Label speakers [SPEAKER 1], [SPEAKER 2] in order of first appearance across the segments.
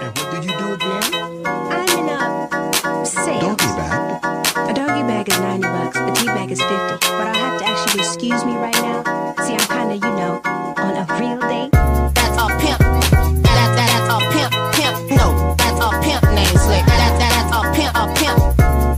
[SPEAKER 1] And what did you do again?
[SPEAKER 2] I'm in a sale.
[SPEAKER 1] Doggy bag.
[SPEAKER 2] A doggy bag is 90 bucks, a tea bag is 50. But I'll have to ask you to excuse me right now. See, I'm kinda, you know, on a real date.
[SPEAKER 3] That's a pimp. That, that, that's a pimp, pimp. No, that's a pimp name slick. That, that, that's a pimp, a pimp.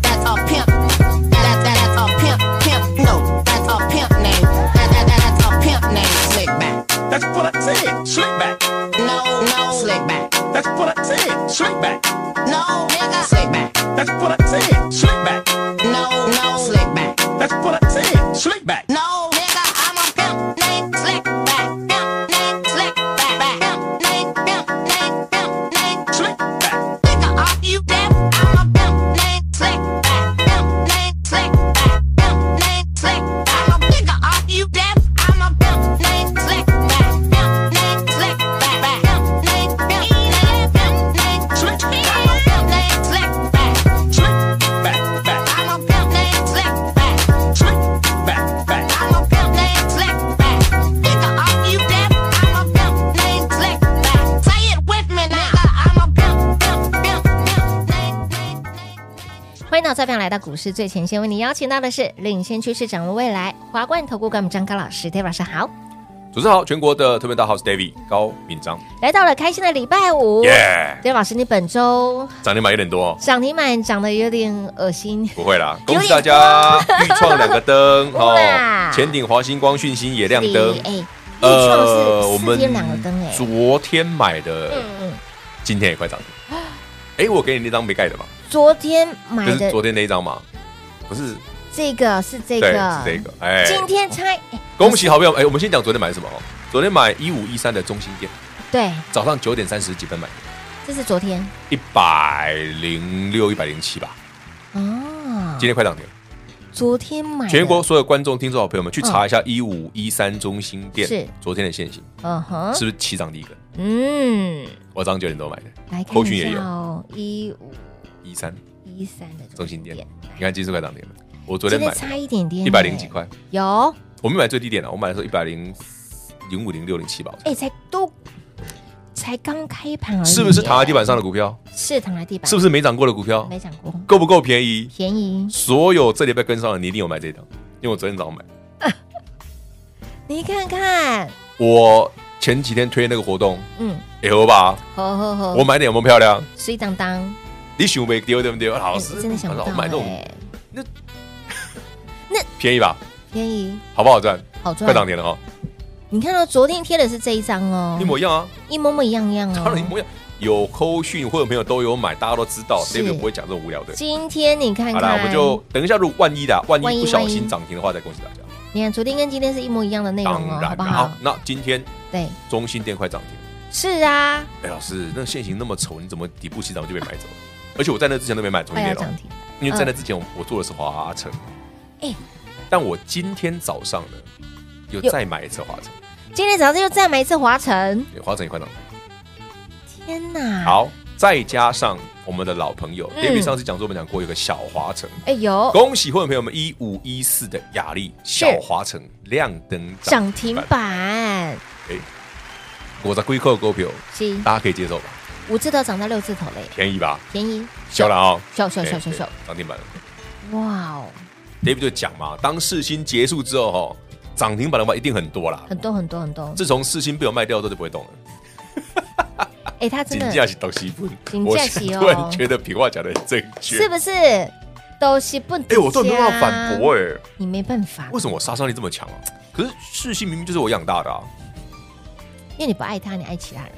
[SPEAKER 3] That's a pimp. That, that, that's a pimp, pimp. No, that's a pimp name. That, that, that, that's a pimp name slick back.
[SPEAKER 1] That's what I said. Slick back.
[SPEAKER 3] No, no, slick back.
[SPEAKER 1] That's what I said. Slick back.
[SPEAKER 3] No, nigga, slick back.
[SPEAKER 1] That's what I said. Slick back.
[SPEAKER 3] No, no, slick back.
[SPEAKER 1] That's what I said. Slick back.
[SPEAKER 3] No, nigga, I'm a pimp named slick back. Pimp named slick back. Pimp named, pimp named, pimp named.
[SPEAKER 1] Slick back.
[SPEAKER 3] Nigga, are you deaf? I'm a pimp named Slick Back. Pimp named Slick Back. Pimp named Slick Back. I'm a nigga, are you deaf? I'm a pimp named Slick Back. Pimp named Slick Back. Pimp named, pimp named, pimp named Slick Back. I'm a pimp named Slick Back.
[SPEAKER 1] Slick back. Back.
[SPEAKER 3] I'm a pimp named Slick Back.
[SPEAKER 1] Slick back. Back.
[SPEAKER 3] I'm a pimp named Slick Back. Nigga, are you deaf? I'm a pimp named Slick Back. Say it with me now. I'm a pimp, pimp, pimp, pimp named, named, named.
[SPEAKER 4] 欢迎到这边来到股市最前线，为你邀请到的是领先趋势、掌握未来华冠投顾干部张高老师，David 老师好。
[SPEAKER 5] 主持人好，全国的特别大号是 David 高敏章，
[SPEAKER 4] 来到了开心的礼拜五
[SPEAKER 5] 耶，
[SPEAKER 4] ，David 老师，你本周
[SPEAKER 5] 涨停板有点多哦，
[SPEAKER 4] 涨停板涨得有点恶心，
[SPEAKER 5] 不会啦，
[SPEAKER 4] 有点
[SPEAKER 5] 恭喜大 家预创两个灯
[SPEAKER 4] 哇
[SPEAKER 5] 哦，前顶华星光讯星也亮灯
[SPEAKER 4] 哎，，预创
[SPEAKER 5] 我
[SPEAKER 4] 是四
[SPEAKER 5] 们
[SPEAKER 4] 天两个灯哎，
[SPEAKER 5] 昨天买的，
[SPEAKER 4] 嗯，
[SPEAKER 5] 今天也快涨 停，哎，我给你那张没盖的嘛，
[SPEAKER 4] 昨天买
[SPEAKER 5] 就是
[SPEAKER 4] 的
[SPEAKER 5] 昨天那一张嘛，不是，
[SPEAKER 4] 这个是这
[SPEAKER 5] 对，
[SPEAKER 4] 个
[SPEAKER 5] 是，这个，哎，
[SPEAKER 4] 今天拆，哎
[SPEAKER 5] 恭喜好朋友，哎，我们先讲昨天买什么哦，昨天买一五一三的中心店，
[SPEAKER 4] 对，
[SPEAKER 5] 早上九点三十几分买的，
[SPEAKER 4] 这是昨天
[SPEAKER 5] 一百零六、一百零七吧，
[SPEAKER 4] 嗯哦
[SPEAKER 5] 今，天快涨停了。
[SPEAKER 4] 昨天买的
[SPEAKER 5] 全国，所有观众、听众、好朋友们，去查一下一五一三中心店
[SPEAKER 4] 嗯是
[SPEAKER 5] 昨天的现形，
[SPEAKER 4] 嗯哼，
[SPEAKER 5] 是不是起涨第一个？
[SPEAKER 4] 嗯，
[SPEAKER 5] 我早上九点多买的，
[SPEAKER 4] 来看
[SPEAKER 5] 扣讯也
[SPEAKER 4] 一下
[SPEAKER 5] 有
[SPEAKER 4] 哦，一五
[SPEAKER 5] 一三
[SPEAKER 4] 一三的
[SPEAKER 5] 中心店，
[SPEAKER 4] 来
[SPEAKER 5] 你看今天是快涨停了。我昨
[SPEAKER 4] 今
[SPEAKER 5] 天
[SPEAKER 4] 天
[SPEAKER 5] 买
[SPEAKER 4] 差一点点，
[SPEAKER 5] 一百零几，块，
[SPEAKER 4] 有，
[SPEAKER 5] 我没买最低点啊了，我买的时候一百零零五零六零七吧，我
[SPEAKER 4] 哎，才都才刚开盘而已，
[SPEAKER 5] 是不是躺在地板上的股票？
[SPEAKER 4] 是躺在地板，
[SPEAKER 5] 是不
[SPEAKER 4] 是
[SPEAKER 5] 是没涨过的股票？
[SPEAKER 4] 哎没涨过？
[SPEAKER 5] 够不够便宜？
[SPEAKER 4] 便宜，
[SPEAKER 5] 所有这礼拜跟上的，你一定有买这一档，因为我昨天早上买。
[SPEAKER 4] 你看看，
[SPEAKER 5] 我前几天推那个活动，
[SPEAKER 4] 嗯，
[SPEAKER 5] 有吧？
[SPEAKER 4] 好好好，
[SPEAKER 5] 我买点有没有漂亮？
[SPEAKER 4] 水当当，
[SPEAKER 5] 你想没丢对不对？老
[SPEAKER 4] 哎
[SPEAKER 5] 师，
[SPEAKER 4] 真的想不
[SPEAKER 5] 我
[SPEAKER 4] 到
[SPEAKER 5] 买这种
[SPEAKER 4] 哎，
[SPEAKER 5] 便宜吧，
[SPEAKER 4] 便宜
[SPEAKER 5] 好不好赚？
[SPEAKER 4] 好赚
[SPEAKER 5] 快，涨停了哈，哦
[SPEAKER 4] 你看到哦昨天贴的是这一张哦，
[SPEAKER 5] 一模一样啊，
[SPEAKER 4] 一模模一样一样哦，
[SPEAKER 5] 当然一模一样。有扣讯或者朋友都有买，大家都知道
[SPEAKER 4] 是
[SPEAKER 5] ，David 不会讲这种无聊的。
[SPEAKER 4] 今天你看
[SPEAKER 5] 好啦，
[SPEAKER 4] 看，
[SPEAKER 5] 我们就等一下，如果万一的啊，万
[SPEAKER 4] 万一
[SPEAKER 5] 一不小
[SPEAKER 4] 万一
[SPEAKER 5] 心涨停的话，再恭喜大家。
[SPEAKER 4] 你看昨天跟今天是一模一样的内容
[SPEAKER 5] 当
[SPEAKER 4] 哦，好
[SPEAKER 5] 然
[SPEAKER 4] 不
[SPEAKER 5] 啦，
[SPEAKER 4] 好
[SPEAKER 5] 好？，那今天
[SPEAKER 4] 对，
[SPEAKER 5] 中信电快涨停了。
[SPEAKER 4] 是啊，
[SPEAKER 5] 哎，老师，那现行那么丑，你怎么底部起涨就被买走了？ 而且我在那之前都没买中
[SPEAKER 4] 快
[SPEAKER 5] 信
[SPEAKER 4] 要
[SPEAKER 5] 电
[SPEAKER 4] 涨
[SPEAKER 5] 哦，
[SPEAKER 4] 停，
[SPEAKER 5] 因为在那之前我我做的是华晨。
[SPEAKER 4] 哎，
[SPEAKER 5] 但我今天早上呢，又
[SPEAKER 4] 有
[SPEAKER 5] 再买一次华晨，
[SPEAKER 4] 今天早上又再买一次华晨，
[SPEAKER 5] 对华晨也快涨停了。
[SPEAKER 4] 天哪！，
[SPEAKER 5] 好，再加上我们的老朋友
[SPEAKER 4] 嗯
[SPEAKER 5] David 上次讲座我们讲过有个小华城，
[SPEAKER 4] 哎有
[SPEAKER 5] 恭喜会员朋友们一五一四的雅丽小华城亮灯
[SPEAKER 4] 涨停。板，
[SPEAKER 5] 我在龟壳股票，
[SPEAKER 4] 是
[SPEAKER 5] 大家可以接受吧？
[SPEAKER 4] 五字头涨到六字头嘞，
[SPEAKER 5] 便宜吧？
[SPEAKER 4] 便宜，
[SPEAKER 5] 小了啊，
[SPEAKER 4] 小小小
[SPEAKER 5] 对
[SPEAKER 4] 小
[SPEAKER 5] 对
[SPEAKER 4] 小，
[SPEAKER 5] 涨停板了。
[SPEAKER 4] 哇哦，
[SPEAKER 5] David 就讲嘛，当世新结束之后哈，涨停板的话一定很多啦。
[SPEAKER 4] 很多很多很多，
[SPEAKER 5] 自从世新被我卖掉之后就不会动了，
[SPEAKER 4] 哎，它真
[SPEAKER 5] 金
[SPEAKER 4] 的
[SPEAKER 5] 价是到西分
[SPEAKER 4] 真。的
[SPEAKER 5] 我
[SPEAKER 4] 是哦
[SPEAKER 5] 突然觉得 平话讲的很正确，
[SPEAKER 4] 是不是都是不？
[SPEAKER 5] 哎，我都没办法反
[SPEAKER 4] 啊
[SPEAKER 5] 驳，哎，
[SPEAKER 4] 你没办法，
[SPEAKER 5] 为什么我杀伤力这么强啊？可是世新明明就是我养大的啊，
[SPEAKER 4] 因为你不爱他，你爱其他人，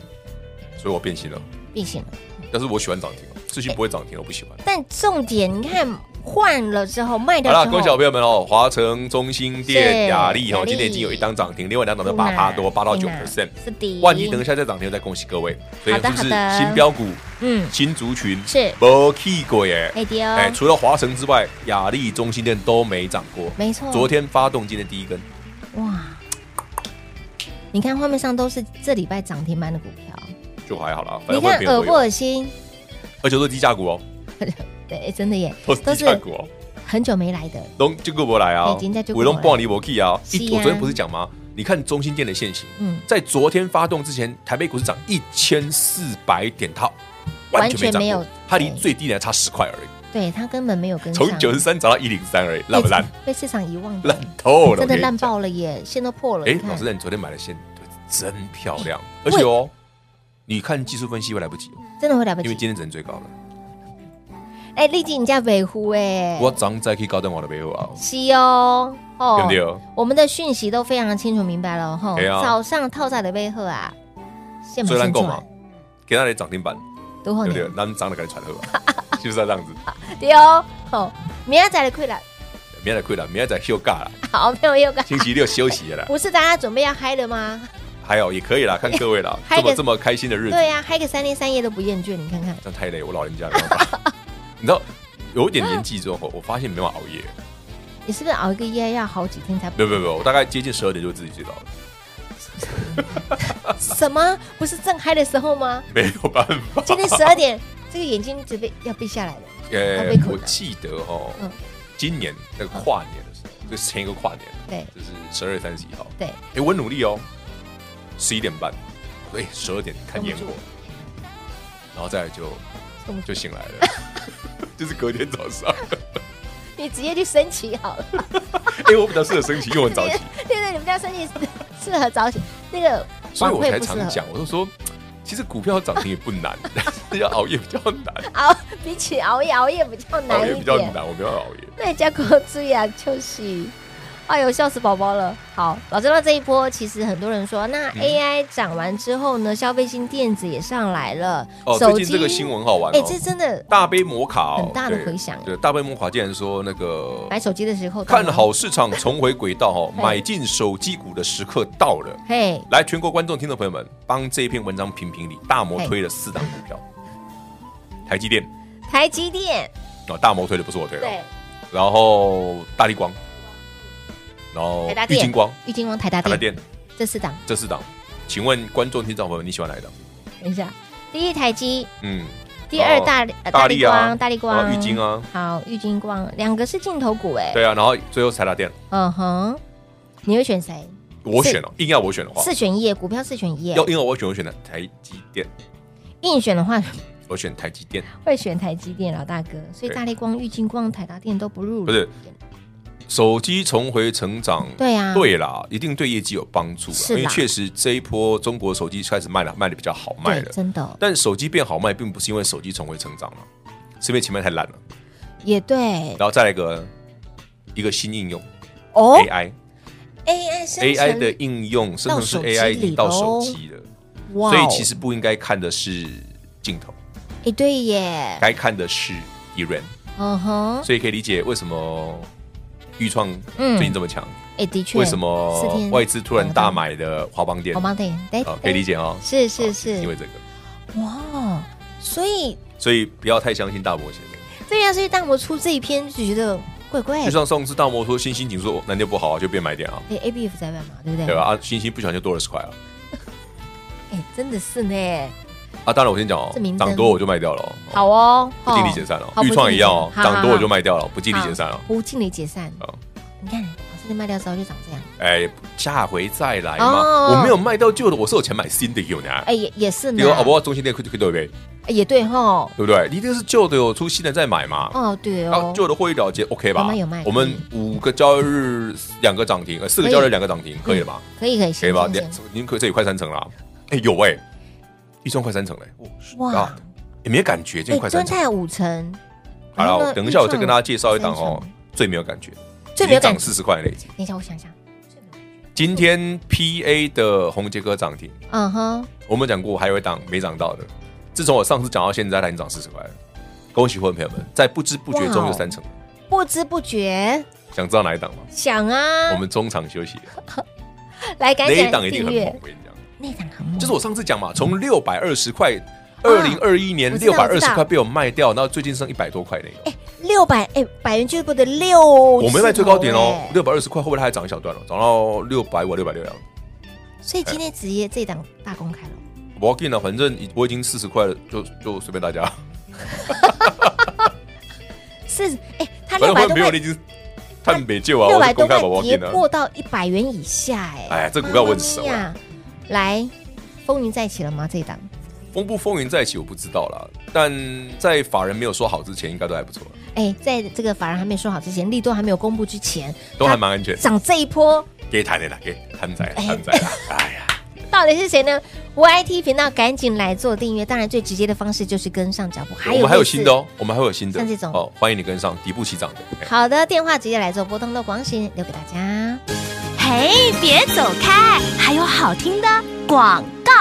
[SPEAKER 5] 所以我变心了。
[SPEAKER 4] 变性了，
[SPEAKER 5] 但是我喜欢涨停，世新不会涨停，我不喜欢。
[SPEAKER 4] 但重点你看换了之后卖
[SPEAKER 5] 好
[SPEAKER 4] 掉
[SPEAKER 5] 啦，
[SPEAKER 4] 之
[SPEAKER 5] 各位小
[SPEAKER 4] 后，
[SPEAKER 5] 朋友们哦，华城、中兴电、
[SPEAKER 4] 是
[SPEAKER 5] 雅丽
[SPEAKER 4] 雅
[SPEAKER 5] 哦，
[SPEAKER 4] 丽
[SPEAKER 5] 今天已经有一档涨停，另外两档都八趴多，八到九 percent。
[SPEAKER 4] 是的。
[SPEAKER 5] 万一等一下再涨停，再恭喜各位。所以
[SPEAKER 4] 好
[SPEAKER 5] 是
[SPEAKER 4] 的
[SPEAKER 5] 不是
[SPEAKER 4] 好的
[SPEAKER 5] 新标股、
[SPEAKER 4] 嗯，
[SPEAKER 5] 新族群
[SPEAKER 4] 是
[SPEAKER 5] 没去过耶？
[SPEAKER 4] 哎丢，
[SPEAKER 5] 哎，除了华城之外，雅丽、中兴电都没涨过。
[SPEAKER 4] 没错，
[SPEAKER 5] 昨天发动，今天第一根，
[SPEAKER 4] 哇，你看画面上都是这礼拜涨停板的股票，
[SPEAKER 5] 就还好啦。反
[SPEAKER 4] 你
[SPEAKER 5] 正会
[SPEAKER 4] 看
[SPEAKER 5] 没
[SPEAKER 4] 恶
[SPEAKER 5] 有
[SPEAKER 4] 不恶心？
[SPEAKER 5] 而且都是低价股哦，
[SPEAKER 4] 对，真的耶，
[SPEAKER 5] 都是低价股哦，
[SPEAKER 4] 很久没来的，
[SPEAKER 5] 都就过不来啊
[SPEAKER 4] 哎真的就，过
[SPEAKER 5] 我
[SPEAKER 4] 来
[SPEAKER 5] 都不离我 key 啊。
[SPEAKER 4] 是
[SPEAKER 5] 一
[SPEAKER 4] 啊
[SPEAKER 5] 我昨天不是讲吗？你看中兴电的现形，
[SPEAKER 4] 嗯，
[SPEAKER 5] 在昨天发动之前，台北股市涨一千四百点，它完全没
[SPEAKER 4] 完全
[SPEAKER 5] 涨
[SPEAKER 4] 没
[SPEAKER 5] 过
[SPEAKER 4] 有，
[SPEAKER 5] 它离
[SPEAKER 4] 对
[SPEAKER 5] 最低点还差十块而已，
[SPEAKER 4] 对他根本没有跟上，
[SPEAKER 5] 从九十三涨到一零三而已，烂不烂？
[SPEAKER 4] 被市场遗忘的
[SPEAKER 5] 烂透了，
[SPEAKER 4] 真的烂
[SPEAKER 5] 我
[SPEAKER 4] 爆了耶，线都破了。
[SPEAKER 5] 跟
[SPEAKER 4] 你
[SPEAKER 5] 你
[SPEAKER 4] 看
[SPEAKER 5] 讲！哎，老师，那你昨天买的线真漂亮，而且哦，你看技术分析会来不及哦，
[SPEAKER 4] 真的会来不
[SPEAKER 5] 因为
[SPEAKER 4] 及。
[SPEAKER 5] 今天只能最高了。
[SPEAKER 4] 哎，丽姐，你家北湖哎，
[SPEAKER 5] 我涨再去高登网的背后啊，
[SPEAKER 4] 是哦，哦，
[SPEAKER 5] 对不对
[SPEAKER 4] 我们的讯息都非常清楚明白了吼。
[SPEAKER 5] 对啊
[SPEAKER 4] 早上套在的背后啊，现买
[SPEAKER 5] 所以咱
[SPEAKER 4] 现
[SPEAKER 5] 够
[SPEAKER 4] 赚
[SPEAKER 5] 嘛，，给他的涨停板，
[SPEAKER 4] 多好
[SPEAKER 5] 对不
[SPEAKER 4] 呢！
[SPEAKER 5] 对？咱涨了给你传喝啊， 是不是要这样子？
[SPEAKER 4] 对哦，吼，明仔载的亏了，
[SPEAKER 5] 明天再亏了，明天再休假 了，
[SPEAKER 4] 好，没有又干。
[SPEAKER 5] 星期六休息了啦，
[SPEAKER 4] 不是大家准备要嗨了吗？
[SPEAKER 5] 还有也可以啦，看各 位啦，
[SPEAKER 4] 嗨
[SPEAKER 5] 这
[SPEAKER 4] 个
[SPEAKER 5] 么这么开心的日子，
[SPEAKER 4] 对呀、嗨个三天三夜都不厌倦，你看看，
[SPEAKER 5] 这样太累，我老人家没办法。 你知道，有一点年纪之后，我发现没办法熬夜。
[SPEAKER 4] 你是不是熬一个夜要好几天才？
[SPEAKER 5] 没有没有没有，我大概接近十二点就自己睡着了，
[SPEAKER 4] 什么？不是正嗨的时候吗？
[SPEAKER 5] 没有办法。
[SPEAKER 4] 今天十二点，这个眼睛准备要闭下来了。 还
[SPEAKER 5] 呃
[SPEAKER 4] 被，扣
[SPEAKER 5] 我
[SPEAKER 4] 打
[SPEAKER 5] 记得哦
[SPEAKER 4] 嗯，
[SPEAKER 5] 今年那个跨年的时候，就是前一个跨年，
[SPEAKER 4] 对
[SPEAKER 5] 就是十二月三十一号。
[SPEAKER 4] 对，
[SPEAKER 5] 哎，我努力哦，十一点半，对，十二点看烟火，然后再来就
[SPEAKER 4] 撑不住
[SPEAKER 5] 就醒来了， 就是隔天早上。
[SPEAKER 4] 你直接去升旗好了。
[SPEAKER 5] 哎，我比较适合升旗，因为我很 早起。
[SPEAKER 4] 对对，你们家升旗适合早起，那个
[SPEAKER 5] 所以
[SPEAKER 4] 晚
[SPEAKER 5] 我
[SPEAKER 4] 会
[SPEAKER 5] 才
[SPEAKER 4] 不适
[SPEAKER 5] 常
[SPEAKER 4] 合
[SPEAKER 5] 讲，我都说，其实股票涨停也不难，但是要熬夜比较难，
[SPEAKER 4] 熬，比起熬夜，熬夜比较
[SPEAKER 5] 熬
[SPEAKER 4] 难
[SPEAKER 5] 夜
[SPEAKER 4] 一
[SPEAKER 5] 比较
[SPEAKER 4] 点。
[SPEAKER 5] 难，我没有熬夜。
[SPEAKER 4] 对，加国注意啊，休息。哎呦，笑死宝宝了！好，老知道这一波，其实很多人说，那
[SPEAKER 5] 嗯
[SPEAKER 4] AI 涨完之后呢，消费性电子也上来了，
[SPEAKER 5] 哦，最近这个新，闻好玩
[SPEAKER 4] 哎、这
[SPEAKER 5] 哦，
[SPEAKER 4] 真的
[SPEAKER 5] 大杯摩卡哦
[SPEAKER 4] 很大的
[SPEAKER 5] 对
[SPEAKER 4] 回响
[SPEAKER 5] 对，大杯摩卡竟然说那个
[SPEAKER 4] 买手机的时候
[SPEAKER 5] 看，好市场重回轨道 哦，
[SPEAKER 4] 嘿
[SPEAKER 5] 买进手机股的时刻到了。
[SPEAKER 4] 嘿，
[SPEAKER 5] 来，全国观众、听众朋友们，帮这一篇文章评评理。大摩
[SPEAKER 4] 嘿
[SPEAKER 5] 推了四档股票，台积电
[SPEAKER 4] 台积电，
[SPEAKER 5] 啊，大摩推的不是我推的哦，
[SPEAKER 4] 对，
[SPEAKER 5] 然后大力光，然后
[SPEAKER 4] 台达
[SPEAKER 5] 玉
[SPEAKER 4] 电
[SPEAKER 5] 金光、
[SPEAKER 4] 玉金光、台达
[SPEAKER 5] 台达
[SPEAKER 4] 电，
[SPEAKER 5] 电
[SPEAKER 4] 这四档，
[SPEAKER 5] 这四档，请问观众听众朋友们，你喜欢哪一档？
[SPEAKER 4] 等一下，第一台积，
[SPEAKER 5] 嗯，
[SPEAKER 4] 第二大、呃
[SPEAKER 5] 大
[SPEAKER 4] 大
[SPEAKER 5] 力
[SPEAKER 4] 力
[SPEAKER 5] 啊
[SPEAKER 4] 光，大力
[SPEAKER 5] 然后
[SPEAKER 4] 光，
[SPEAKER 5] 玉金啊，
[SPEAKER 4] 好，玉金光，两个是镜头股、哎，
[SPEAKER 5] 对啊，然后最后才来电，
[SPEAKER 4] 嗯哼，你会选谁？
[SPEAKER 5] 我
[SPEAKER 4] 是
[SPEAKER 5] 选了，硬要我选的话，
[SPEAKER 4] 四选一耶，股票四选一耶
[SPEAKER 5] 要，硬要我选，我选的台积电，
[SPEAKER 4] 硬选的话
[SPEAKER 5] 我选台积电，
[SPEAKER 4] 会选台积电老大哥，所以
[SPEAKER 5] 对
[SPEAKER 4] 大力光、玉金光、台达电都不入。
[SPEAKER 5] 不是手机重回成长。
[SPEAKER 4] 对啊，
[SPEAKER 5] 对啦，一定对业绩有帮助啦，
[SPEAKER 4] 是
[SPEAKER 5] 因
[SPEAKER 4] 啦
[SPEAKER 5] 为确实这一波中国手机开始卖了，卖的比较好卖
[SPEAKER 4] 对，
[SPEAKER 5] 了。
[SPEAKER 4] 真的
[SPEAKER 5] 但手机变好卖，并不是因为手机重回成长了，是因为前面太烂了。
[SPEAKER 4] 也对
[SPEAKER 5] 然后再来一个一个新应用
[SPEAKER 4] 哦
[SPEAKER 5] AI，AI
[SPEAKER 4] ，AI 生成
[SPEAKER 5] 哎的应用生成式
[SPEAKER 4] 到手机
[SPEAKER 5] AI 已经到手
[SPEAKER 4] 里
[SPEAKER 5] 机了。
[SPEAKER 4] 哇哦
[SPEAKER 5] 所以其实不应该看的是镜头，
[SPEAKER 4] 哎对耶，
[SPEAKER 5] 该看的是 E DRAM。
[SPEAKER 4] 嗯哼，
[SPEAKER 5] 所以可以理解为什么豫创
[SPEAKER 4] 嗯
[SPEAKER 5] 最近这么强，
[SPEAKER 4] 哎的确，
[SPEAKER 5] 为什
[SPEAKER 4] 四
[SPEAKER 5] 么
[SPEAKER 4] 天
[SPEAKER 5] 外资突然大买的华邦店
[SPEAKER 4] 好，吗？对对
[SPEAKER 5] 啊，可以理
[SPEAKER 4] 解，
[SPEAKER 5] 解哦。
[SPEAKER 4] 哎是
[SPEAKER 5] 啊
[SPEAKER 4] 是是，
[SPEAKER 5] 因为这个，
[SPEAKER 4] 哇，所以
[SPEAKER 5] 所以不要太相信大摩写的。
[SPEAKER 4] 对呀，所以大摩出这一篇就觉得怪怪
[SPEAKER 5] 就
[SPEAKER 4] 的，
[SPEAKER 5] 像上次大摩说新兴紧缩，难就不好啊，就变买点啊，
[SPEAKER 4] 哎 ABF 在干嘛？对不对？
[SPEAKER 5] 对吧？啊，新兴不小心就多了十块啊。
[SPEAKER 4] 哎，真的是呢，
[SPEAKER 5] 啊，当然我先讲哦
[SPEAKER 4] 这明，灯
[SPEAKER 5] 涨多我就卖掉了哦，
[SPEAKER 4] 好哦，
[SPEAKER 5] 不尽力
[SPEAKER 4] 哦
[SPEAKER 5] 解散了
[SPEAKER 4] 好
[SPEAKER 5] 哦。豫创一样哦，
[SPEAKER 4] 好好
[SPEAKER 5] 涨多我就
[SPEAKER 4] 好
[SPEAKER 5] 卖掉了，不尽力解散了。哦
[SPEAKER 4] 不尽力解散
[SPEAKER 5] 好。
[SPEAKER 4] 你看，老师你卖掉之后就长这样，
[SPEAKER 5] 哎，下回再来
[SPEAKER 4] 哦
[SPEAKER 5] 嘛，我没有卖掉旧的，我是有钱买新的有呢。
[SPEAKER 4] 哎，也也是呢
[SPEAKER 5] 对，啊，好不好？中心店亏亏对不对？
[SPEAKER 4] 哎也对吼，
[SPEAKER 5] 对不对？你一定是旧的有出新的再买嘛。
[SPEAKER 4] 哦对
[SPEAKER 5] 啊
[SPEAKER 4] 哦，，
[SPEAKER 5] 旧的获利了结，OK 吧？
[SPEAKER 4] 有卖有卖
[SPEAKER 5] 我们五个交易日两个涨停，呃，四个
[SPEAKER 4] 可以嗯
[SPEAKER 5] 交易日两个涨停，可以了吧？
[SPEAKER 4] 可以可以，
[SPEAKER 5] 可以吧？
[SPEAKER 4] 行
[SPEAKER 5] 两
[SPEAKER 4] 行行
[SPEAKER 5] 您可以这里快三成了啊。哎，有哎，一双快三成嘞，
[SPEAKER 4] 哇，，
[SPEAKER 5] 也没有感觉，这
[SPEAKER 4] 哎
[SPEAKER 5] 快，三
[SPEAKER 4] 蹲
[SPEAKER 5] 成。
[SPEAKER 4] 泰五成，
[SPEAKER 5] 好了，
[SPEAKER 4] 然后呢
[SPEAKER 5] 我等一下我再跟大家介绍一档
[SPEAKER 4] 豫
[SPEAKER 5] 哦
[SPEAKER 4] 创，
[SPEAKER 5] 最没有感觉，
[SPEAKER 4] 最没有感
[SPEAKER 5] 已经涨
[SPEAKER 4] 觉。
[SPEAKER 5] 四十块嘞。
[SPEAKER 4] 等一下，我想想，
[SPEAKER 5] 今天 PA 的红杰哥涨停，
[SPEAKER 4] 嗯哼，
[SPEAKER 5] 我们讲过还有一档没涨到的，自从我上次讲到现在，它已经涨四十块了。恭喜会员朋友们，在不知不觉中
[SPEAKER 4] 哇
[SPEAKER 5] 有
[SPEAKER 4] 哦
[SPEAKER 5] 三成。
[SPEAKER 4] 不知不觉
[SPEAKER 5] 想知道哪一档吗？
[SPEAKER 4] 想啊，
[SPEAKER 5] 我们中场休息，
[SPEAKER 4] 来赶
[SPEAKER 5] 那
[SPEAKER 4] 紧
[SPEAKER 5] 一档
[SPEAKER 4] 来
[SPEAKER 5] 一定
[SPEAKER 4] 订
[SPEAKER 5] 很猛。
[SPEAKER 4] 阅
[SPEAKER 5] 我跟你讲，
[SPEAKER 4] 那档很猛
[SPEAKER 5] 就是我上次讲嘛，从六百二十块，二零二一年
[SPEAKER 4] 我知
[SPEAKER 5] 六
[SPEAKER 4] 道
[SPEAKER 5] 百
[SPEAKER 4] 我
[SPEAKER 5] 二
[SPEAKER 4] 知
[SPEAKER 5] 十
[SPEAKER 4] 道
[SPEAKER 5] 块被我卖掉，然后最近剩一百多块那个。
[SPEAKER 4] 六百哎，百元俱乐部的六，哎我
[SPEAKER 5] 我没卖最高点哦，六百二十块，后面它还涨一小段了，哦涨到六百五、六百六了。
[SPEAKER 4] 所以今天职业这档大公开了，
[SPEAKER 5] 我要跟呢，啊反正已我已经四十块了，就就随便大家。
[SPEAKER 4] 是哎，它
[SPEAKER 5] 反
[SPEAKER 4] 六
[SPEAKER 5] 正
[SPEAKER 4] 百
[SPEAKER 5] 会
[SPEAKER 4] 多
[SPEAKER 5] 没有
[SPEAKER 4] 块
[SPEAKER 5] 你，已经探北救啊，
[SPEAKER 4] 六
[SPEAKER 5] 我
[SPEAKER 4] 百
[SPEAKER 5] 是
[SPEAKER 4] 多
[SPEAKER 5] 公
[SPEAKER 4] 块
[SPEAKER 5] 开把我
[SPEAKER 4] 跌
[SPEAKER 5] 给呢。
[SPEAKER 4] 破到一百元以下哎，
[SPEAKER 5] 哎这股票我很熟啊
[SPEAKER 4] 妈咪呀来，风云再起了吗？这一档
[SPEAKER 5] 风不风云在一起我不知道啦，但在法人没有说好之前，应该都还不错，
[SPEAKER 4] 哎，在这个法人还没有说好之前，利多还没有公布之前，
[SPEAKER 5] 都还蛮安全。
[SPEAKER 4] 涨这一波
[SPEAKER 5] 给谈的啦，给谈仔
[SPEAKER 4] 哎
[SPEAKER 5] 谈仔啦，哎呀，
[SPEAKER 4] 到底是谁呢？YT 频道赶紧来做订阅，当然最直接的方式就是跟上脚步。还
[SPEAKER 5] 我
[SPEAKER 4] 有
[SPEAKER 5] 们还有
[SPEAKER 4] 类似
[SPEAKER 5] 新的哦，我们还会有新的，
[SPEAKER 4] 像这种
[SPEAKER 5] 哦，欢迎你跟上底部起涨的。哎
[SPEAKER 4] 好的，电话直接来做拨通的广信留给大家。
[SPEAKER 6] 嘿，别走开，还有好听的广告。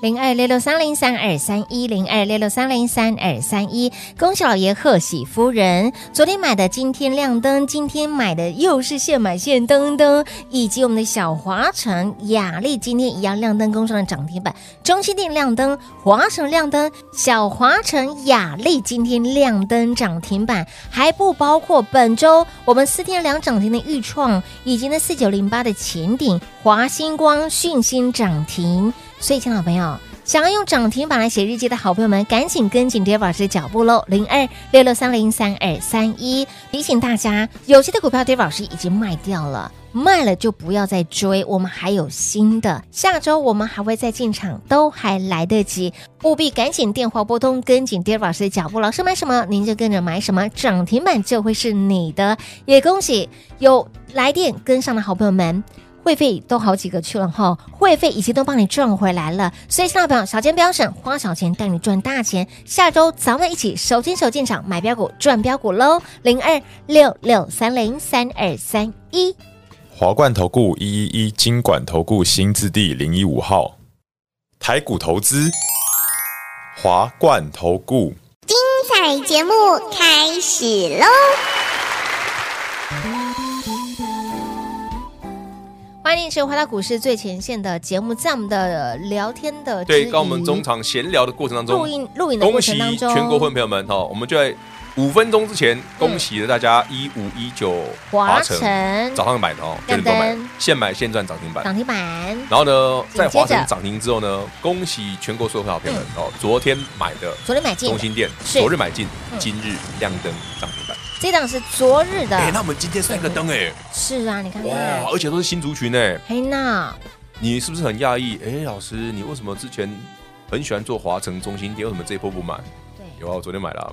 [SPEAKER 4] 零二六六三零三二三一零二六六三零三二三一，恭喜老爷，贺喜夫人！昨天买的，今天亮灯，今天买的又是现买现登登，以及我们的小华晨、雅丽今天一样亮灯，攻上了涨停板。中心店亮灯，华晨亮灯，小华晨、雅丽今天亮灯涨停板，还不包括本周我们四天两涨停的豫创，以及呢四九零八的前顶、华星光、讯星涨停。所以，亲爱的朋友，想要用涨停板来写日记的好朋友们，赶紧跟紧 d a 老师的脚步喽！零二六六三零三二三一，提醒大家，有些的股票 d a 老师已经卖掉了。卖了就不要再追，我们还有新的，下周我们还会再进场，都还来得及，务必赶紧电话拨通，跟紧 d a 老师的脚步，老师买什么您就跟着买什么，涨停板就会是你的。也恭喜有来电跟上的好朋友们，会费都好几个去了哈，会费已经都帮你赚回来了，所以大表小钱不要省，花小钱带你赚大钱。下周咱们一起手牵手进场买标股赚标股喽，零二六六三零三二三一。
[SPEAKER 7] 华冠投顾一一一金管投顾新字第零一五号，台股投资，华冠投顾。
[SPEAKER 3] 彩节目开始喽！
[SPEAKER 4] 欢迎你持续回到股市最前线的节目，在我们的呃聊天的
[SPEAKER 5] 对，
[SPEAKER 4] 之
[SPEAKER 5] 刚我们
[SPEAKER 4] 余
[SPEAKER 5] 中场闲聊的过程当中，
[SPEAKER 4] 录音录影的过
[SPEAKER 5] 恭
[SPEAKER 4] 程
[SPEAKER 5] 喜
[SPEAKER 4] 当中，
[SPEAKER 5] 全国混朋友们哦哈，我们就在五分钟之前恭喜了大家一五一九
[SPEAKER 4] 华晨
[SPEAKER 5] 早上买的哦，九
[SPEAKER 4] 亮
[SPEAKER 5] 点多买的
[SPEAKER 4] 灯，
[SPEAKER 5] 现买现赚涨停板。
[SPEAKER 4] 涨停板，
[SPEAKER 5] 然后呢，
[SPEAKER 4] 紧接
[SPEAKER 5] 在
[SPEAKER 4] 着
[SPEAKER 5] 华晨涨停之后呢，恭喜全国所有好朋友们哦，昨天买的
[SPEAKER 4] 昨天买进
[SPEAKER 5] 中心店，
[SPEAKER 4] 是嗯
[SPEAKER 5] 昨日买进，今日亮灯涨停板。
[SPEAKER 4] 这档是昨日的，
[SPEAKER 5] 哎，那我们今天三个灯哎，
[SPEAKER 4] 是啊，你看看
[SPEAKER 5] 哇，，而且都是新族群哎，
[SPEAKER 4] 嘿娜，
[SPEAKER 5] 你是不是很讶异？哎，老师，你为什么之前很喜欢做华晨中心店，为什么这一波不买？
[SPEAKER 4] 对，
[SPEAKER 5] 有啊，我昨天买了啊。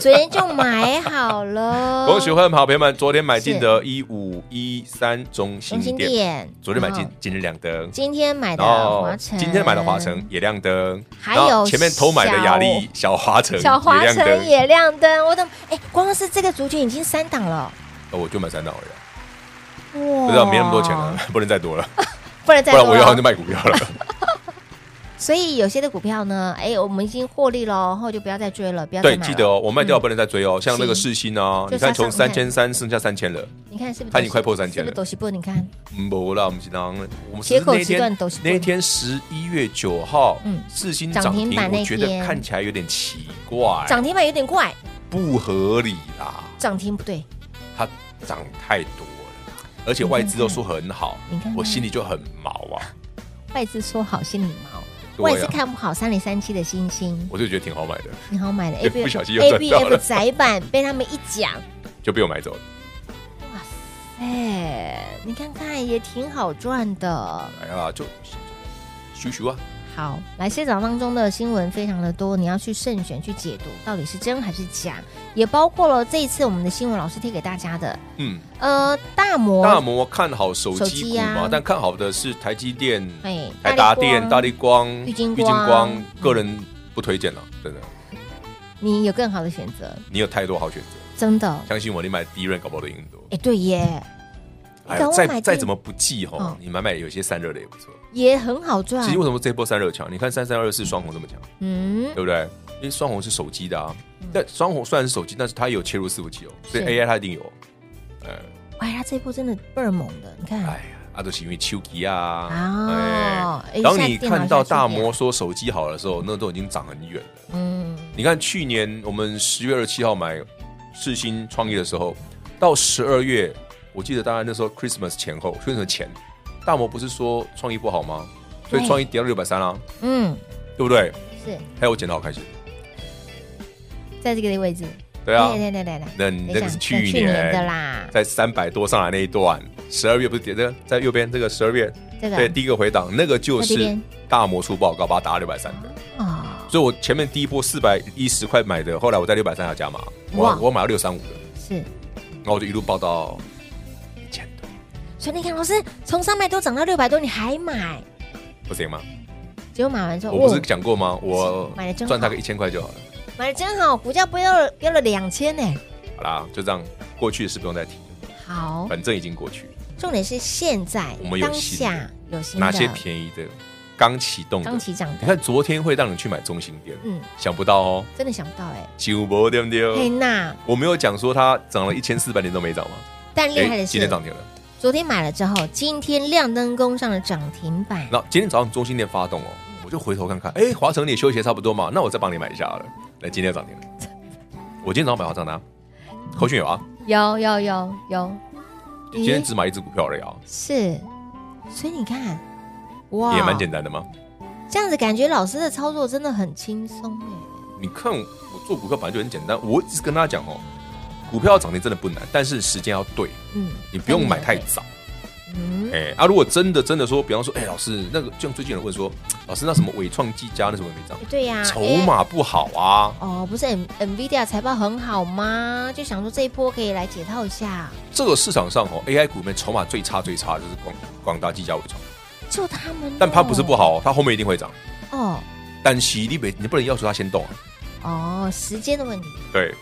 [SPEAKER 4] 昨天就买好 了。
[SPEAKER 5] 恭喜会员好朋友们，昨天买进的一五一三中心
[SPEAKER 4] 中心
[SPEAKER 5] 店，
[SPEAKER 4] 店，嗯
[SPEAKER 5] 昨天买进
[SPEAKER 4] 然后，
[SPEAKER 5] 今日亮灯。
[SPEAKER 4] 今天买的
[SPEAKER 5] 然后
[SPEAKER 4] 哎华晨，
[SPEAKER 5] 今天买的华晨，也亮灯，
[SPEAKER 4] 还
[SPEAKER 5] 然后
[SPEAKER 4] 有
[SPEAKER 5] 前面偷买的雅丽小华晨
[SPEAKER 4] 小华
[SPEAKER 5] 也亮
[SPEAKER 4] 晨
[SPEAKER 5] 灯，
[SPEAKER 4] 也亮灯，我的哎，光是这个族群已经三档了，
[SPEAKER 5] 哦我就买三档而已啊，
[SPEAKER 4] 哇，
[SPEAKER 5] 不知道没那么多钱了，， 不能再多 了，
[SPEAKER 4] 不然再
[SPEAKER 5] 不然我
[SPEAKER 4] 多
[SPEAKER 5] 要
[SPEAKER 4] 了
[SPEAKER 5] 就卖股 票了。
[SPEAKER 4] 所以有些的股票呢，哎，我们已经获利了，然哦后就不要再追了，不要再
[SPEAKER 5] 对，
[SPEAKER 4] 买了
[SPEAKER 5] 记得，哦，我卖掉
[SPEAKER 4] 嗯
[SPEAKER 5] 不能再追哦，像那个世新啊，
[SPEAKER 4] 就
[SPEAKER 5] 你看从
[SPEAKER 4] 杀上哎
[SPEAKER 5] 三千三剩下三千了，
[SPEAKER 4] 你看是不是？
[SPEAKER 5] 它已经快破三
[SPEAKER 4] 是
[SPEAKER 5] 千了
[SPEAKER 4] 不是抖西波？你看，
[SPEAKER 5] 嗯，不啦，我们是当我们
[SPEAKER 4] 铁
[SPEAKER 5] 是
[SPEAKER 4] 口
[SPEAKER 5] 那
[SPEAKER 4] 直断
[SPEAKER 5] 天
[SPEAKER 4] 都是不
[SPEAKER 5] 那一天十一月九号
[SPEAKER 4] 嗯，
[SPEAKER 5] 世新
[SPEAKER 4] 涨
[SPEAKER 5] 涨
[SPEAKER 4] 停
[SPEAKER 5] 停，
[SPEAKER 4] 板那
[SPEAKER 5] 我觉得
[SPEAKER 4] 天
[SPEAKER 5] 看起来有点奇怪，
[SPEAKER 4] 涨停板有点怪，
[SPEAKER 5] 不合理啦，
[SPEAKER 4] 涨停不对，
[SPEAKER 5] 它涨太多了，而且外资又说很好
[SPEAKER 4] 你看看，
[SPEAKER 5] 我心里就很毛啊，
[SPEAKER 4] 外资说好心里毛，
[SPEAKER 5] 对啊
[SPEAKER 4] 外资看不好三零三七的星星，
[SPEAKER 5] 我就觉得挺好买的，
[SPEAKER 4] 你好买的 A
[SPEAKER 5] 也
[SPEAKER 4] B
[SPEAKER 5] 不小心又
[SPEAKER 4] A
[SPEAKER 5] 赚
[SPEAKER 4] B
[SPEAKER 5] 到
[SPEAKER 4] F
[SPEAKER 5] 了
[SPEAKER 4] 窄版被他们一讲，
[SPEAKER 5] 就被我买走了。
[SPEAKER 4] 哎，你看看也挺好赚的。
[SPEAKER 5] 哎呀，就咻咻啊，
[SPEAKER 4] 好，来市场当中的新闻非常的多，你要去慎选去解读到底是真还是假，也包括了这一次我们的新闻老师贴给大家的，
[SPEAKER 5] 嗯，
[SPEAKER 4] 呃，大摩，
[SPEAKER 5] 大摩看好手
[SPEAKER 4] 手机
[SPEAKER 5] 机股嘛，
[SPEAKER 4] 啊
[SPEAKER 5] 但看好的是台积电、
[SPEAKER 4] 哎，
[SPEAKER 5] 台达电、大力光、
[SPEAKER 4] 玉金光
[SPEAKER 5] 光，个人不推荐了，真的，
[SPEAKER 4] 你有更好的选择，
[SPEAKER 5] 你有太多好选择，
[SPEAKER 4] 真的，
[SPEAKER 5] 相信我，你买第一任搞不好都赢很多。
[SPEAKER 4] 哎，对耶，
[SPEAKER 5] 哎
[SPEAKER 4] 赶
[SPEAKER 5] 呀，
[SPEAKER 4] 快买
[SPEAKER 5] 再
[SPEAKER 4] 第一
[SPEAKER 5] 再怎么不济哈
[SPEAKER 4] 嗯，
[SPEAKER 5] 你买买有些散热的也不错。
[SPEAKER 4] 也很好赚
[SPEAKER 5] 其，实为什么这一波散热强？你看三三二四双红这么强，
[SPEAKER 4] 嗯
[SPEAKER 5] 对，不对？因为双红是手机的啊，但双红虽然是手机，但是它也有切入伺服器哦，所以
[SPEAKER 4] 是
[SPEAKER 5] AI 它一定有。呃，
[SPEAKER 4] 哎，他这一波真的倍儿猛的，你看
[SPEAKER 5] 哎，呀，啊，都是因为手机啊。
[SPEAKER 4] 哦
[SPEAKER 5] 哎
[SPEAKER 4] 哎
[SPEAKER 5] 当
[SPEAKER 4] 现在
[SPEAKER 5] 你
[SPEAKER 4] 电脑
[SPEAKER 5] 看到
[SPEAKER 4] 下去
[SPEAKER 5] 大
[SPEAKER 4] 了
[SPEAKER 5] 摩说手机
[SPEAKER 4] 啊
[SPEAKER 5] 好的时候，那都已经涨很远了。
[SPEAKER 4] 嗯，
[SPEAKER 5] 你看去年我们十月二十七号买世新创业的时候，到十二月，我记得大概那时候 Christmas 前后，Christmas 前，大摩不是说创意不好吗？所以
[SPEAKER 4] 对
[SPEAKER 5] 创意跌到六百三啦，
[SPEAKER 4] 嗯，
[SPEAKER 5] 对不对？
[SPEAKER 4] 是
[SPEAKER 5] 还有我捡到好开心，
[SPEAKER 4] 在这个位置。
[SPEAKER 5] 对啊
[SPEAKER 4] 来。来来来来，
[SPEAKER 5] 那你那
[SPEAKER 4] 等一下
[SPEAKER 5] 个是
[SPEAKER 4] 那
[SPEAKER 5] 去
[SPEAKER 4] 去
[SPEAKER 5] 年
[SPEAKER 4] 年的啦
[SPEAKER 5] 在三百多上来那一段，十二月不是跌这个在右边这个十二月，
[SPEAKER 4] 这个
[SPEAKER 5] 对第一个回档，那个就
[SPEAKER 4] 在这
[SPEAKER 5] 是
[SPEAKER 4] 边
[SPEAKER 5] 大摩出报告，把它打到六百三的。
[SPEAKER 4] 哦，
[SPEAKER 5] 所以我前面第一波四百一十块买的，后来我在六百三要加码，
[SPEAKER 4] 哇
[SPEAKER 5] 我我买到六三五的，
[SPEAKER 4] 是，
[SPEAKER 5] 然后我就一路报到一千多，
[SPEAKER 4] 所以你看，老师从三百多涨到六百多，你还买？
[SPEAKER 5] 不行吗？
[SPEAKER 4] 结果买完之后，
[SPEAKER 5] 我不是
[SPEAKER 4] 哇
[SPEAKER 5] 讲过吗？我
[SPEAKER 4] 买得真好
[SPEAKER 5] 赚大概一千块就好了。
[SPEAKER 4] 买的真好，股价不要了，飙了两千呢。
[SPEAKER 5] 好啦，就这样，过去的事不用再提，
[SPEAKER 4] 好，
[SPEAKER 5] 反正已经过去了。
[SPEAKER 4] 重点是现在
[SPEAKER 5] 我们有
[SPEAKER 4] 当
[SPEAKER 5] 新的
[SPEAKER 4] 下有新的啊
[SPEAKER 5] 哪些便宜的，刚启动的
[SPEAKER 4] 刚，起涨
[SPEAKER 5] 你
[SPEAKER 4] 的，
[SPEAKER 5] 看昨天会让你去买中心店，
[SPEAKER 4] 嗯，
[SPEAKER 5] 想不到哦，
[SPEAKER 4] 真的想不到哎，
[SPEAKER 5] 九波对不
[SPEAKER 4] 嘿
[SPEAKER 5] 对？
[SPEAKER 4] 娜，
[SPEAKER 5] 我没有讲说它涨了一千四百点都没涨吗？
[SPEAKER 4] 但厉害
[SPEAKER 5] 诶
[SPEAKER 4] 的
[SPEAKER 5] 哎今
[SPEAKER 4] 是
[SPEAKER 5] 天，涨停了。
[SPEAKER 4] 昨天买了之后，今天亮灯攻上了涨停板，
[SPEAKER 5] 那今天早上中心店发动哦，我就回头看看，哎，华城你也休息差不多嘛，那我再帮你买一下好了。那今天涨 停了，我今天早上买华城的、啊，口讯有啊，
[SPEAKER 4] 有有有有，
[SPEAKER 5] 今天只买一只股票而已啊，
[SPEAKER 4] 是，所以你看，哇
[SPEAKER 5] 也蛮简单的嘛。
[SPEAKER 4] 这样子感觉老师的操作真的很轻松哎。
[SPEAKER 5] 你看我做股票本来就很简单，我一直跟大家讲哦，股票要涨停真的不难，但是时间要对，
[SPEAKER 4] 嗯，
[SPEAKER 5] 你不用买太早。
[SPEAKER 4] 嗯，
[SPEAKER 5] 哎、啊，如果真的真的说，比方说，哎、老师，那个就像最近有人问说，老师那什么伟创技嘉那什么没涨，
[SPEAKER 4] 对呀、
[SPEAKER 5] 筹
[SPEAKER 4] 哎
[SPEAKER 5] 码不好啊，
[SPEAKER 4] 哦，不是 N Nvidia 财报很好吗？就想说这一波可以来解套一下，
[SPEAKER 5] 这个市场上哦，AI 股里面筹码最差最差的就是广广达、技嘉、伟创，
[SPEAKER 4] 就他们哦。
[SPEAKER 5] 但它不是不好哦，它后面一定会涨，
[SPEAKER 4] 哦
[SPEAKER 5] 但洗力北你不能要求它先动啊，
[SPEAKER 4] 哦，时间的问题。
[SPEAKER 5] 对，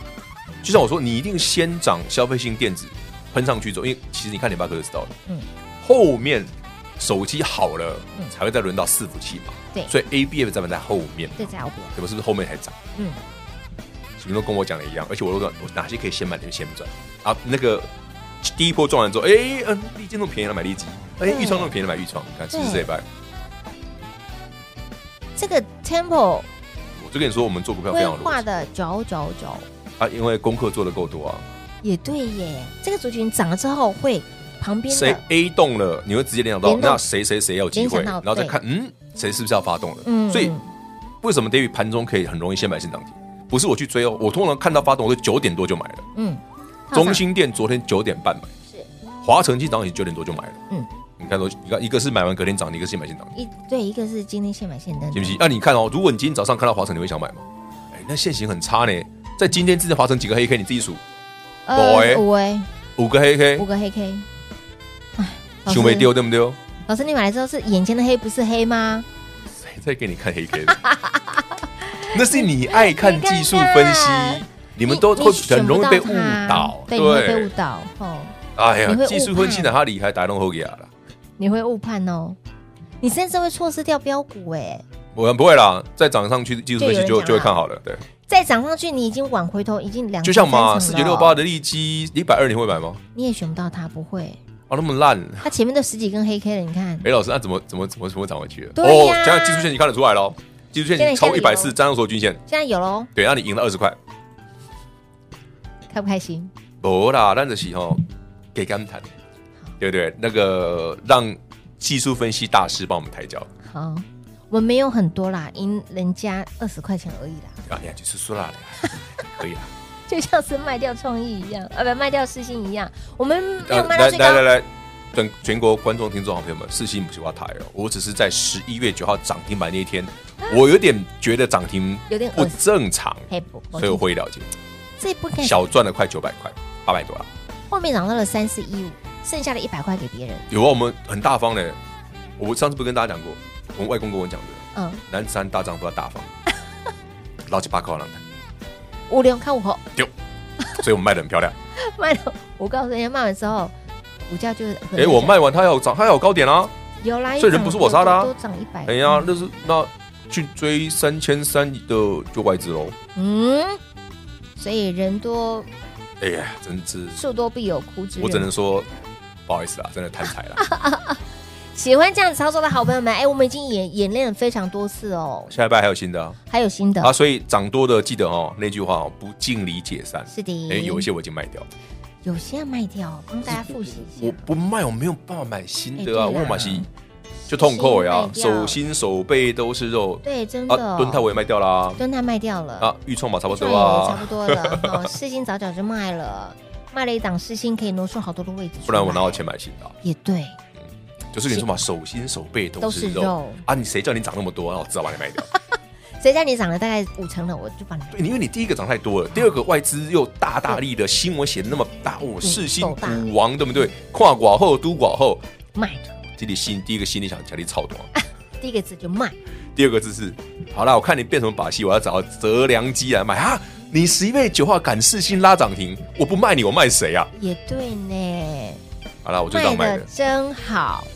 [SPEAKER 5] 就像我说，你一定先涨消费性电子喷上去走，因为其实你看联发科就知道了，
[SPEAKER 4] 嗯
[SPEAKER 5] 嗯，后面手机好了、
[SPEAKER 4] 嗯
[SPEAKER 5] 才会再轮到伺服器嘛，
[SPEAKER 4] 对
[SPEAKER 5] 所以 ABF 在在后面，
[SPEAKER 4] 对，在后边。
[SPEAKER 5] 对吧？是不是后面才涨？
[SPEAKER 4] 嗯，
[SPEAKER 5] 你都跟我讲的一样，而且我都讲我哪些可以先买，哪些先不赚啊。那个第一波赚完之后，哎、嗯，利基那么便宜了买利基，哎、
[SPEAKER 4] 对
[SPEAKER 5] 豫创那么便宜了买豫创，
[SPEAKER 4] 嗯
[SPEAKER 5] 你看是不是这一半？
[SPEAKER 4] 这个 Temple
[SPEAKER 5] 我就跟你说，我们做股票非
[SPEAKER 4] 规
[SPEAKER 5] 常有
[SPEAKER 4] 划
[SPEAKER 5] 逻辑
[SPEAKER 4] 的九九九
[SPEAKER 5] 啊，因为功课做的够多啊。
[SPEAKER 4] 也对耶，这个族群涨了之后会旁边
[SPEAKER 5] 谁
[SPEAKER 4] 的
[SPEAKER 5] A 动了，你会直接联想到
[SPEAKER 4] 联动
[SPEAKER 5] 那谁谁谁有机会，
[SPEAKER 4] 联想到
[SPEAKER 5] 然后再看嗯，谁是不是要发动了？
[SPEAKER 4] 嗯
[SPEAKER 5] 所以为什么 David 盘中可以很容易先买先涨停？不是我去追哦，我通常看到发动，我都九点多就买了。
[SPEAKER 4] 嗯，套上
[SPEAKER 5] 中心店昨天九点半买，
[SPEAKER 4] 是
[SPEAKER 5] 华晨今早上也九点多就买了。
[SPEAKER 4] 嗯
[SPEAKER 5] 嗯，你看都一个一个是买完隔天涨，一个是先买先涨，
[SPEAKER 4] 一对一个是今天现买现登的，
[SPEAKER 5] 行不行？那、你看哦，如果你今天早上看到华晨，你会想买吗？哎，那现行很差呢，在今天之前华晨几个黑 K，你自己数
[SPEAKER 4] 呃，
[SPEAKER 5] 五
[SPEAKER 4] 五哎，
[SPEAKER 5] 五个黑 K，
[SPEAKER 4] 五个黑 K，哎，老师
[SPEAKER 5] 熊没丢对不对？
[SPEAKER 4] 老师，你买来之后是眼前的黑不是黑吗？
[SPEAKER 5] 谁在给你看黑 K 的？那是你爱看技术分析
[SPEAKER 4] 你，
[SPEAKER 5] 你们都会
[SPEAKER 4] 选
[SPEAKER 5] 很
[SPEAKER 4] 不
[SPEAKER 5] 容易
[SPEAKER 4] 到
[SPEAKER 5] 被误
[SPEAKER 4] 它
[SPEAKER 5] 导。
[SPEAKER 4] 对，你会啊被误，导哦，
[SPEAKER 5] 哎
[SPEAKER 4] 你
[SPEAKER 5] 呀
[SPEAKER 4] 会，误
[SPEAKER 5] 技术分析哪他厉害，打动后给啊了。
[SPEAKER 4] 你会误判哦，你甚至会错失掉标股哎，
[SPEAKER 5] 我们不会啦，再涨上去技术分析
[SPEAKER 4] 就有
[SPEAKER 5] 就
[SPEAKER 4] 人讲啊
[SPEAKER 5] 就会
[SPEAKER 4] 啦
[SPEAKER 5] 看好了。对，
[SPEAKER 4] 再涨上去你已经往回头已经两
[SPEAKER 5] 就像嘛，
[SPEAKER 4] 三
[SPEAKER 5] 四九
[SPEAKER 4] 成了
[SPEAKER 5] 六
[SPEAKER 4] 哦
[SPEAKER 5] 八的利基一百二，你会买吗？
[SPEAKER 4] 你也选不到它，不会，
[SPEAKER 5] 啊，那么烂，
[SPEAKER 4] 它前面都十几根黑 K 了，你看
[SPEAKER 5] 哎，老师，那怎么怎么怎么怎么涨回去了？哦
[SPEAKER 4] 对呀
[SPEAKER 5] 这样技术线你看得出来咯，技术
[SPEAKER 4] 现在
[SPEAKER 5] 线超
[SPEAKER 4] 下
[SPEAKER 5] 一
[SPEAKER 4] 一个
[SPEAKER 5] 百四，站上所有均线，
[SPEAKER 4] 现在有喽，
[SPEAKER 5] 对，那你赢了二十块。
[SPEAKER 4] 开不开心？
[SPEAKER 5] 不啦，咱就是吼、给感叹，对不对？那个让技术分析大师帮我们抬轿
[SPEAKER 4] 好，我们没有很多啦，赢人家二十块钱而已啦。
[SPEAKER 5] 啊，呀，就是说啦， 可以啊啦。
[SPEAKER 4] 就像是卖掉创意一样，啊，不，卖掉世新一样，我们 没
[SPEAKER 5] 呃
[SPEAKER 4] 有卖到
[SPEAKER 5] 来
[SPEAKER 4] 最
[SPEAKER 5] 来来
[SPEAKER 4] 高。
[SPEAKER 5] 来，等全国观众、听众、好朋友们，四星不是我要抬哦，我只是在十一月九号涨停板那一
[SPEAKER 4] 啊
[SPEAKER 5] 天，我有点觉得涨停
[SPEAKER 4] 有点恶
[SPEAKER 5] 不
[SPEAKER 4] 心
[SPEAKER 5] 正常，
[SPEAKER 4] 嘿，不，不
[SPEAKER 5] 所以我会了解，
[SPEAKER 4] 这不该
[SPEAKER 5] 小赚了快九百块，八百多啊啦。
[SPEAKER 4] 后面涨到了三四一五，剩下的一百块给别人。
[SPEAKER 5] 有啊，我们很大方的。我上次不是跟大家讲过，我们外公跟我讲的，
[SPEAKER 4] 嗯，
[SPEAKER 5] 男子汉大丈夫要大方，老几八块让他，
[SPEAKER 4] 五六看五后，
[SPEAKER 5] 所以我们卖的很漂亮。
[SPEAKER 4] 卖了，我告诉人家卖完之后，股价就
[SPEAKER 5] 哎、我卖完它要有涨，它要有高点啊！
[SPEAKER 4] 有啦，
[SPEAKER 5] 所以人不是我杀的啊
[SPEAKER 4] 都涨一百。
[SPEAKER 5] 哎呀，那是那去追三千三的就外资喽。
[SPEAKER 4] 嗯，所以人多
[SPEAKER 5] 哎呀，真是，
[SPEAKER 4] 树多必有枯枝人。
[SPEAKER 5] 我只能说不好意思啦，真的贪财了。
[SPEAKER 4] 喜欢这样子操作的好朋友们，哎，我们已经演演练了非常多次哦，
[SPEAKER 5] 下礼拜还有新的啊，
[SPEAKER 4] 还有新的，
[SPEAKER 5] 啊所以涨多的记得哦，那句话哦，不尽离解散。
[SPEAKER 4] 是的，
[SPEAKER 5] 哎，有一些我已经卖掉了，
[SPEAKER 4] 有些要卖掉，帮大家复习一
[SPEAKER 5] 我
[SPEAKER 4] 下。
[SPEAKER 5] 不卖，我没有办法买新的
[SPEAKER 4] 哎
[SPEAKER 5] 啊，
[SPEAKER 4] 对啦
[SPEAKER 5] 我买新就痛扣呀，
[SPEAKER 4] 新卖掉
[SPEAKER 5] 手心手背都是肉
[SPEAKER 4] 对，真的，
[SPEAKER 5] 啊，蹲泰我也卖掉啦，
[SPEAKER 4] 蹲泰卖掉了，
[SPEAKER 5] 啊，预创嘛差不多
[SPEAKER 4] 对差
[SPEAKER 5] 啊
[SPEAKER 4] 不，多了。 哦，世新早早就卖了，卖了一档世新，可以挪出好多的位置。
[SPEAKER 5] 不然我哪有钱？买新的啊？
[SPEAKER 4] 也对，
[SPEAKER 5] 就是你说嘛，手心手背都
[SPEAKER 4] 都
[SPEAKER 5] 是
[SPEAKER 4] 是
[SPEAKER 5] 肉
[SPEAKER 4] 肉
[SPEAKER 5] 啊！你谁叫你涨那么多？啊那我只好把你卖掉。
[SPEAKER 4] 谁叫你涨了大概五成了，我就把你
[SPEAKER 5] 对，因为你第一个涨太多了，第二个外资又大大力的新闻写的那么大，哦，世新
[SPEAKER 4] 够大
[SPEAKER 5] 股王对不对？跨寡后都寡后，
[SPEAKER 4] 卖了，
[SPEAKER 5] 这里心第一个心里想强力操多，
[SPEAKER 4] 第一个字就卖，
[SPEAKER 5] 第二个就是好啦，我看你变什么把戏，我要找折良机来买啊！你十一月九号赶世新拉涨停，我不卖你，我卖谁啊？
[SPEAKER 4] 也对呢，
[SPEAKER 5] 好啦，我就这样卖
[SPEAKER 4] 的
[SPEAKER 5] 的。
[SPEAKER 4] 真好，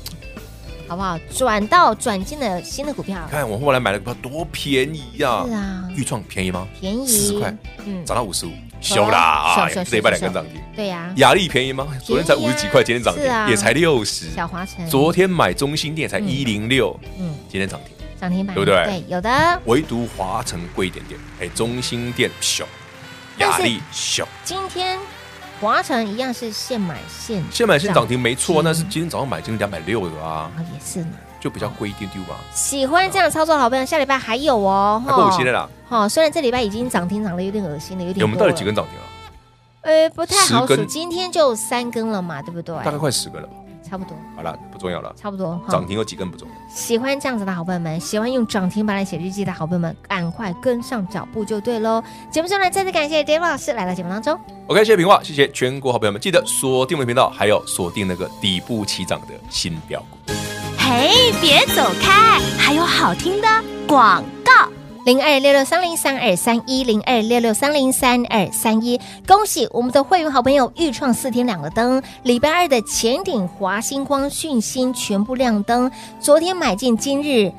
[SPEAKER 4] 好不好？转到转进了新的股票
[SPEAKER 5] 你，看我后来买的股票多便宜呀！
[SPEAKER 4] 是啊
[SPEAKER 5] 豫创便宜吗？
[SPEAKER 4] 便宜
[SPEAKER 5] 40块，
[SPEAKER 4] 嗯，哦
[SPEAKER 5] 涨到五十五，修啦！
[SPEAKER 4] 收
[SPEAKER 5] 哎
[SPEAKER 4] 收收
[SPEAKER 5] 呀这礼拜
[SPEAKER 4] 收
[SPEAKER 5] 两根
[SPEAKER 4] 收
[SPEAKER 5] 涨停。
[SPEAKER 4] 对呀，
[SPEAKER 5] 雅丽便宜吗？昨天才五十几块，今天涨停
[SPEAKER 4] 是啊
[SPEAKER 5] 也才六十。
[SPEAKER 4] 小华城，
[SPEAKER 5] 昨天买中心店才一零六，
[SPEAKER 4] 嗯
[SPEAKER 5] 今天涨停。
[SPEAKER 4] 涨停板，
[SPEAKER 5] 对不对
[SPEAKER 4] 对，有的。
[SPEAKER 5] 唯独华城贵一点点，哎，中心店小，
[SPEAKER 4] 但
[SPEAKER 5] 雅
[SPEAKER 4] 是
[SPEAKER 5] 丽小，
[SPEAKER 4] 今天华城一样是现买现
[SPEAKER 5] 现买现涨停没错，啊
[SPEAKER 4] 嗯
[SPEAKER 5] 但是今天早上买进两百六的啊，
[SPEAKER 4] 啊，也是呢。
[SPEAKER 5] 就比较贵一丢丢嘛。
[SPEAKER 4] 喜欢这样操作的好朋友，下礼拜还有哦，
[SPEAKER 5] 还够新的啦，
[SPEAKER 4] 哈、虽然这礼拜已经涨停涨了，有点恶心了，有点
[SPEAKER 5] 哎我们到底几
[SPEAKER 4] 个？
[SPEAKER 5] 根涨停了？
[SPEAKER 4] 呃，不太好
[SPEAKER 5] 十
[SPEAKER 4] 数，
[SPEAKER 5] 根
[SPEAKER 4] 今天就三根了嘛，对不对？
[SPEAKER 5] 大概快十根了吧。
[SPEAKER 4] 差不多，
[SPEAKER 5] 好了，不重要了。
[SPEAKER 4] 差不多。哈
[SPEAKER 5] 涨停有几根不重要，
[SPEAKER 4] 喜欢这样子的好朋友们，喜欢用涨停板来写日记的好朋友们，赶快跟上脚步就对喽。节目中呢，再次感谢 David 老师来到节目当中。
[SPEAKER 5] OK，谢谢平话，谢谢全国好朋友们，记得锁定我们的频道，还有锁定那个底部起涨的新标股。
[SPEAKER 6] 嘿，别走开，还有好听的广告。
[SPEAKER 4] 零二六六三零三二三一零二六六三零三二三一。恭喜我们的会员好朋友预创四天两个灯，礼拜二的前顶华星光讯星全部亮灯，昨天买进今日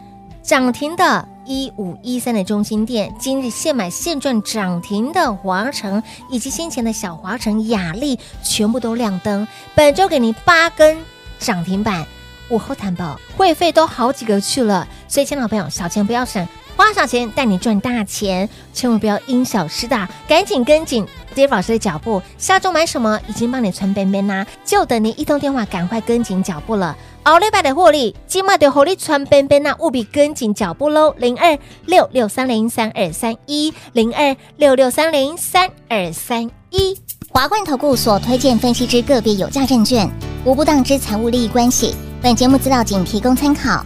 [SPEAKER 4] 涨停的。一五一三的中心店，今日现买现赚涨停的华城，以及先前的小华城、雅丽，全部都亮灯。本周给您八根涨停板，午后谈报，会费都好几个去了，所以，亲爱的朋友，小钱不要省，花小钱带你赚大钱，千万不要因小失大，赶紧跟紧 Dave 老师的脚步，下周买什么已经帮你存边边啦，就等您一通电话，赶快跟紧脚步了。奥利百的获利，今麦的获利传边边那务必跟紧脚步喽！零二六六三零三二三一，零二六六三零三二三一。
[SPEAKER 8] 华冠投顾所推荐分析之个别有价证券，无不当之财务利益关系。本节目资料仅提供参考，